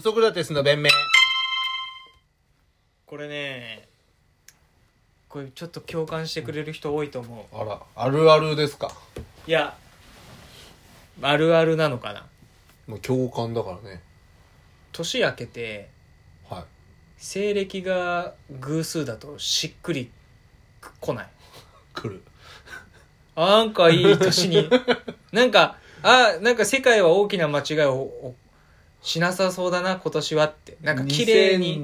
ソクラテスの弁明。これねこれちょっと共感してくれる人多いと思あら、あるあるですか。ういやあるあるなのかなもう共感だからね。年明けてはい。西暦が偶数だとしっくり来ない来る。あなんかいい年 になんかあなんか世界は大きな間違いををしなさそうだな今年はってなんか綺麗に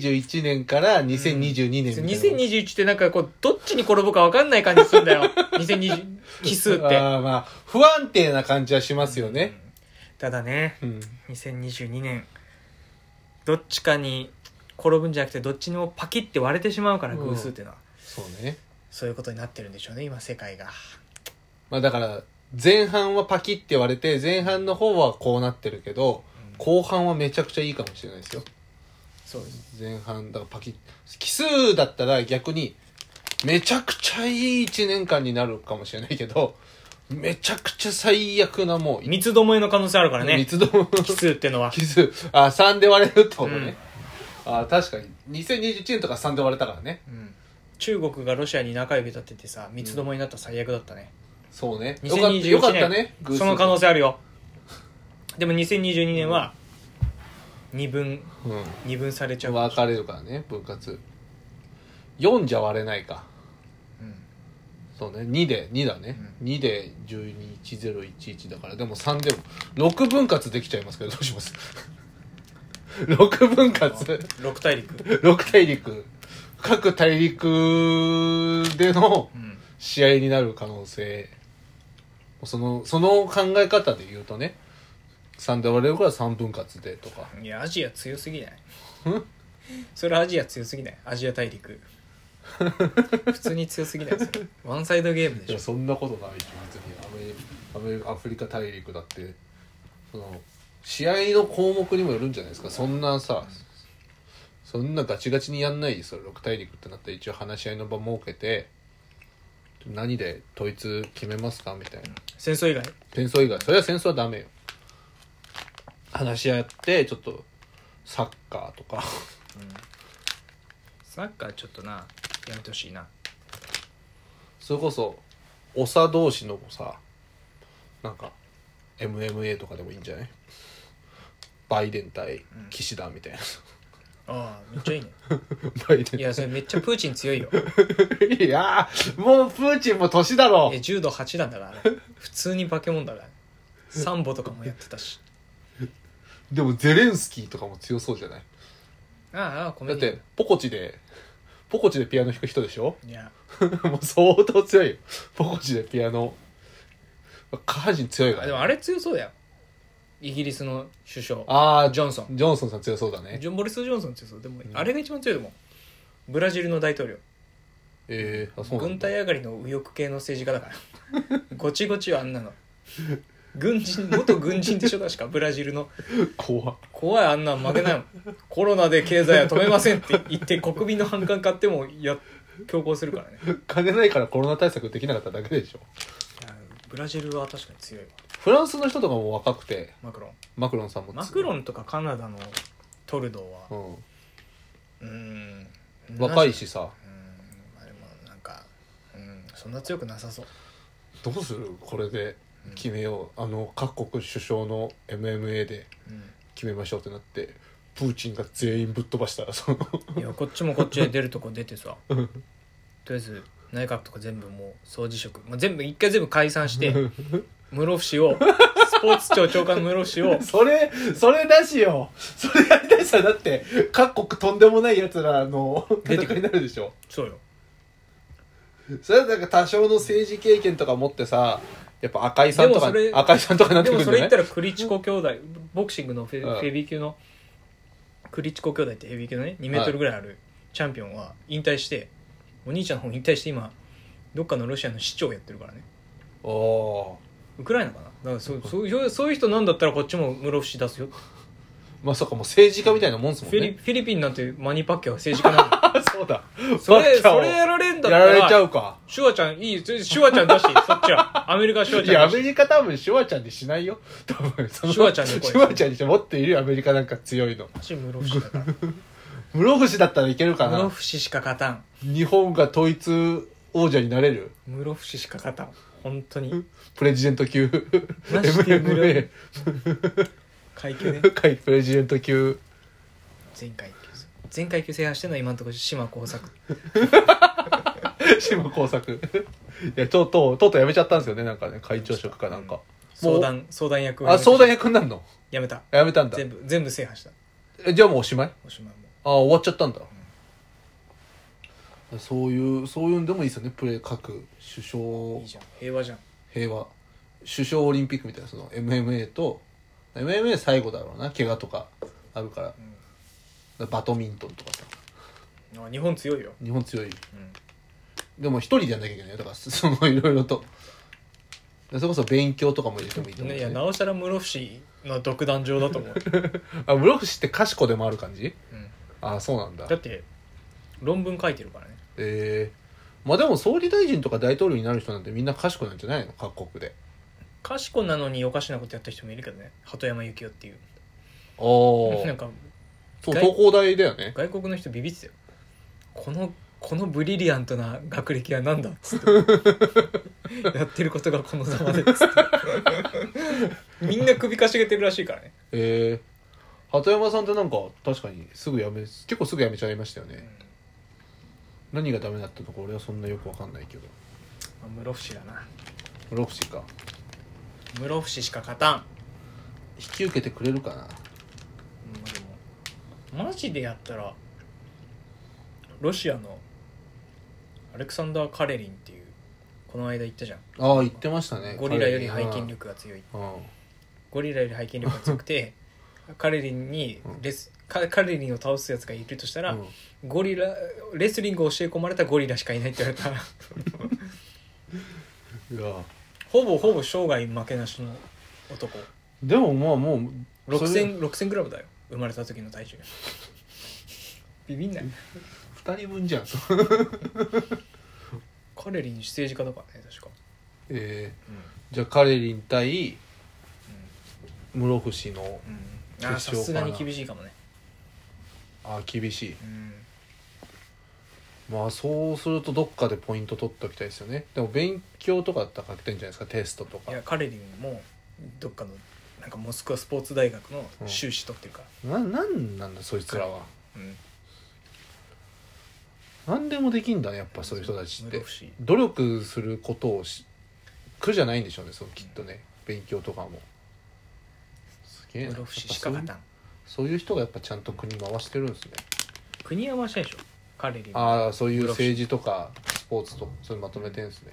2021年から2022年みたいな。 2021ってなんかこうどっちに転ぶか分かんない感じするんだよ2020奇数ってあーまあ、不安定な感じはしますよね。ただねうん。 2022年どっちかに転ぶんじゃなくてどっちにもパキって割れてしまうからうん偶数っていうのは、そうね。そういうことになってるんでしょうね今世界がまあだから、前半はパキって言われて、前半の方はこうなってるけど、後半はめちゃくちゃいいかもしれないですよ。そうです前半、だからパキッ。奇数だったら逆に、めちゃくちゃいい1年間になるかもしれないけど、めちゃくちゃ最悪なもう、三つどもえの可能性あるからね三つども、奇数ってのは奇数、あ、3で割れるってことね。あ、確かに。2021年とか3で割れたからね。うん中国がロシアに中指立ててさ三つどもえになったら最悪だったね、そうね。よかった、 2021よかったね。偶数年その可能性あるよでも2022年は二分うん。二分されちゃう、分かれるからね分割4じゃ割れないかうんそうね2で2だね、2で121011だからでも3でも6分割できちゃいますけどどうします 6分割六大陸、 6大陸各大陸でのうん試合になる可能性そのその考え方で言うとね3で割れるから3分割でとかいやアジア強すぎない それアジア強すぎないアジア大陸 普通に強すぎないそれワンサイドゲームでいしやょそんなことない別にアメリアメリアフリカ大陸だってその試合の項目にもよるんじゃないですかそんなさそんなガチガチにやんないですよ6大陸ってなったら一応話し合いの場設けて何で統一決めますかみたいな戦争以外戦争以外それは戦争はダメよ話し合ってちょっとサッカーとかサッカーちょっとなやめてほしいなそれこそ長同士のさなんか MMA とかでもいいんじゃないバイデン対岸田みたいな、 ああめっ ちゃいいねバイデいやそれめっちゃプーチン強 いよンいやーもうプーチンも年だろえ柔道8段だからね普通に化け物だからねサンボとかもやってたしでもゼレンスキーとかも強そうじゃないああああコメだっディてポコチでポコチでピアノ弾く人でしょ いやもう相当強いよポコチでピアノ下半身強いかあらでもあれ強そうだよイギリスの首相あージョンソンジョンソンさん強そうだねジョンボリス・ジョンソン強そうでもあれが一番強いと思うブラジルの大統領えー、あそうなん軍だ隊上がりの右翼系の政治家だからごちごちはあんなの軍人元軍人でしょ確かブラジルの怖っ怖いあんなん負けないもんコロナで経済は止めませんって言って国民の反感買ってもや強行するからね金ないからコロナ対策できなかっただけでしょいやブラジルは確かに強いわフランスの人とかも若くてマクロンマクロンさんもマクロン、ンとかカナダのトルドーはうーんうん、若いししさうーんまあでもなんかうんそんな強くなさそうどうするこれで決めよう、あの各国首相の MMA でうん決めましょうってなってプーチンが全員ぶっ飛ばしたらそのいやこっちもこっちで出るとこ出てさとりあえず内閣とか全部もう総辞職、まあ、全部一回全部解散 して室伏をスポーツ庁長官の室伏 をそれそれだしよそれやりだしたらだって各国とんでもないやつらの出て戦くいになるでしょそうよそれはなんか多少の政治経験とか持ってさやっぱ赤井さんとかでもそれ赤井さんとかになっでてくもるんじそゃれな言いったらクリチコ兄弟ボクシングのフェ,、うんフェビー級のクリチコ兄弟ってヘビー級のね2メートルぐらいあるチャンピオンは引退して、お兄ちゃんの方引退して今どっかのロシアの市長をやってるからねおーウクライナかなだからそうそういうそういう人なんだったらこっちも室伏出すよ、まあそっかもう政治家みたいなもんですもんフィリねフィリピンなんてマニーパッキャオは政治家な のあそそうだそれバッキャそをれやられんだっやたられちゃらうかシュワちゃんいいよシュワちゃ んだしそっちはアメリカシュワいちやゃんアだメしリカ多分シュワちゃんにしないよ多分そのシュワちゃんに来いシュワちゃんにしてもっといるよアメリカなんか強いのマジ室伏だから室伏だったらいけるか室な伏しか勝たん日本が統一王者になれる室伏しか勝たん本当にプレジデント級マジで無理 MMA 階 級ね界プレジデント級全階級制全階級制覇してんのは今のところ島耕作島耕作いやとうとうとうとうやめちゃったんですよねなんかね会長職かなんか、もう相談相談役をやあめた相談役になるのやめたやめたんだ全部全部制覇したえじゃあもうおしまいおしまいもああ終わっちゃったんだ、そういうそういうのでもいいですよねプレー各首いい相じゃん平和じゃん平和首相オリンピックみたいなその MMA と MMA 最後だろうな怪我とかあるから、バドミントンとかさあ日本強いよ、日本強いうん、でも一人でやんなきゃいけないよだからそ のいろいろとでそれこそ勉強とかも入れてもいいと思うね、いし、やね、なおさら室伏の独壇場だ と思う、あ室伏って賢でもある感じうんああそうなんだだって論文書いてるからねええまあでも総理大臣とか大統領になる人なんてみんな賢なんじゃないの各国で賢なのにおかしなことやった人もいるけどね鳩山由紀夫っていうああなんかそう外東工大だよね外国の人ビビってたよこのこのブリリアントな学歴は何だっつって やってることがこのざまでっつってみんな首かしげてるらしいからねええ鳩山さんってなんか確かにすぐ辞め結構すぐ辞めちゃいましたよね、何がダメだったのか俺はそんなよくわかんないけどまあ室伏だなロクシーか室伏しか勝たん、うんま引き受けてくれるかなあでもマジでやったらロシアのアレクサンダー・カレリンっていうこの間言ったじゃんああ言ってましたねゴリラより背筋力が強いうんゴリラより背筋力が強くてカレリンにレス、カカレリンを倒すやつがいるとしたら、うんゴリラレスリングを教え込まれたゴリラしかいないって言われた いやほぼほぼ生涯負けなしの男でもまあもうそれ6000 6000グラムだよ生まれた時の体重ビビんない二人分じゃんカレリン政治家だからね確か、ええうんじゃあカレリン対室伏のうん、あー決さ勝かなすがに厳しいかもね、ああ厳しいうん、まあそうするとどっかでポイント取っておきたいですよねでも勉強とかだったら勝てんじゃないですかテストとかいやカレリンもどっかのなんかモスクワスポーツ大学の修士取ってるから、ななんなんだそいつらはうん、何でもできんだねやっぱそういう人たちって室伏努力することをし苦じゃないんでしょうねそうきっとね勉強とかもすげえな室伏しかやっ勝ぱたんそういうそういう人がやっぱちゃんと国回してるんですね国山はしたでしょカレリンああそういう室伏政治とかスポーツとかそれまとめてんですね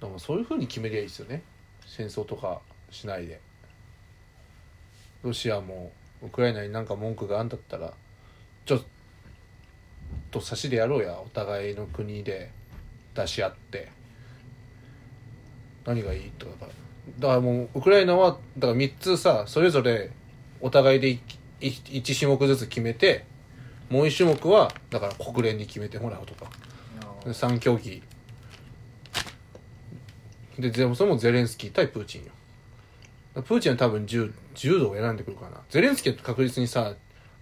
でもそういうふうに決めりゃいいですよね戦争とかしないでロシアもウクライナになんか文句があんだったらちょっと差しでやろうやお互いの国で出し合って何がいいとかだからだからもうウクライナはだから3つさそれぞれお互いで1種目ずつ決めてもう1種目はだから国連に決めてもらうとかあー3競技ででもそれもゼレンスキー対プーチンよプーチンは多分柔柔道を選んでくるかなゼレンスキーは確実にさ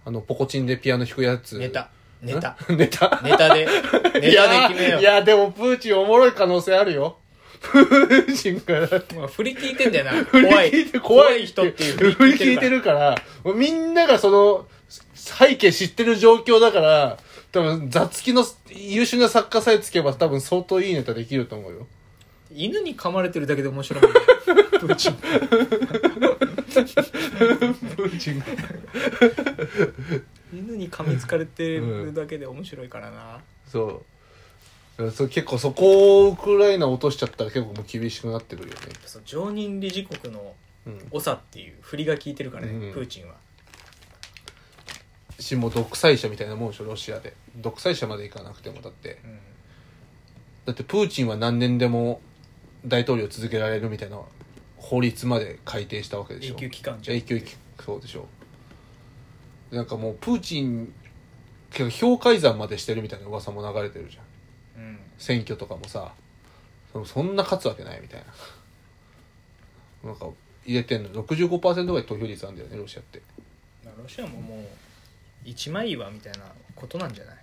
あのポコチンでピアノ弾くやつネタネタん ネタネタでネタで決め いやよいやでもプーチンおもろい可能性あるよ プーチンからうもう振り聞いてんだよな怖い 振り聞て怖い人っていう振り聞いてるからもうみんながその背景知ってる状況だから多分雑きの優秀な作家さえつけば多分相当いいネタできると 思うよ犬に噛まれてるだけで面白い もんねプーチンプーチンが犬に噛みつかれてるだけで面白いからな、そうそう結構そこをウクライナ落としちゃったら結構もう厳しくなってくるよねそう常任理事国のうん長っていう振りが効いてるからね、うんプーチンはしもう独裁者みたいなもんでしょロシアで独裁者までいかなくてもだってうんだってプーチンは何年でも大統領続けられるみたいな法律まで改定したわけでし永ょ久期間じゃん永久期そうでしょなんかもうプーチンけど氷海山までしてるみたいな噂も流れてるじゃんうん選挙とかもさそそんな勝つわけないみたいななんか入れてんの65%ぐらい投票率あるんだよねロシアって、まあロシアももう一枚岩みたいなことなんじゃない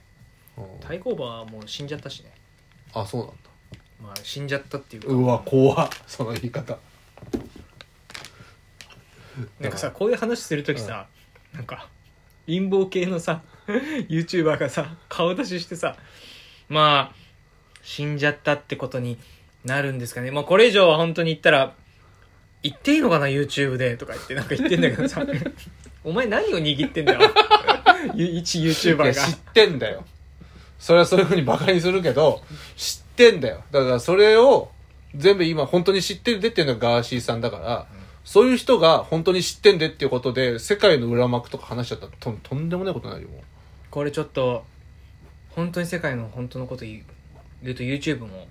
うん対抗馬はもう死んじゃったしねあそうなんだまあ死んじゃったっていうかうわ怖っその言い方なんかさこういう話する時さ、なんか貧乏系のさ YouTuber がさ顔出ししてさまあ死んじゃったってことになるんですかねまあこれ以上は本当に言ったら言っていいのかな YouTube でとか言ってなんか言ってんだけ どさお前何を握ってんだよ ゆ一いや YouTuber が知ってんだよそれはそういうふうにバカにするけど知ってんだよだからそれを全部今本当に知ってるでっていうのがガーシーさんだから、そういう人が本当に知ってんでっていうことで世界の裏幕とか話しちゃったらととんでもないことになるよもうこれちょっと本当に世界の本当のこと言う言うと YouTube も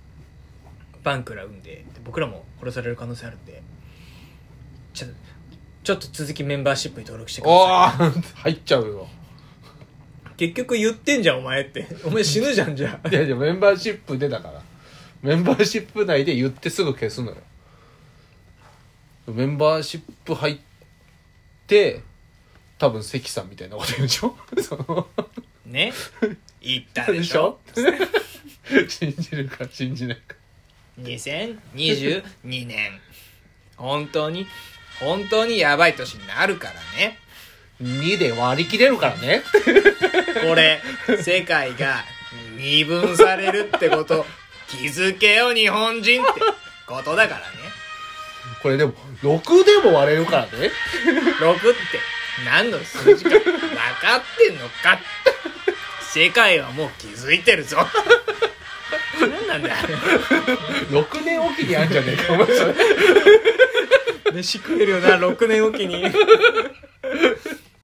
バン食らうんでで僕らも殺される可能性あるんでちょちょっと続きメンバーシップに登録してくだおさー入っちゃうよい結局言ってんじゃんお前って お前死ぬじゃんじゃあいやいやメンバーシップでだからメンバーシップ内で言ってすぐ消すのよメンバーシップ入って多分関さんみたいなこと言うでしょ そのね言ったででししょょ 信じるか信じないか2022年本当に本当にやばい年になるからね2で割り切れるからねこれ世界が二分されるってこと気づけよ日本人ってことだからねこれでも6でも割れるからね6って何の数字か分かってんのか世界はもう気づいてるぞ何なんだよ6年おきにあんじゃねえかお前それ飯食えるよな6年おきに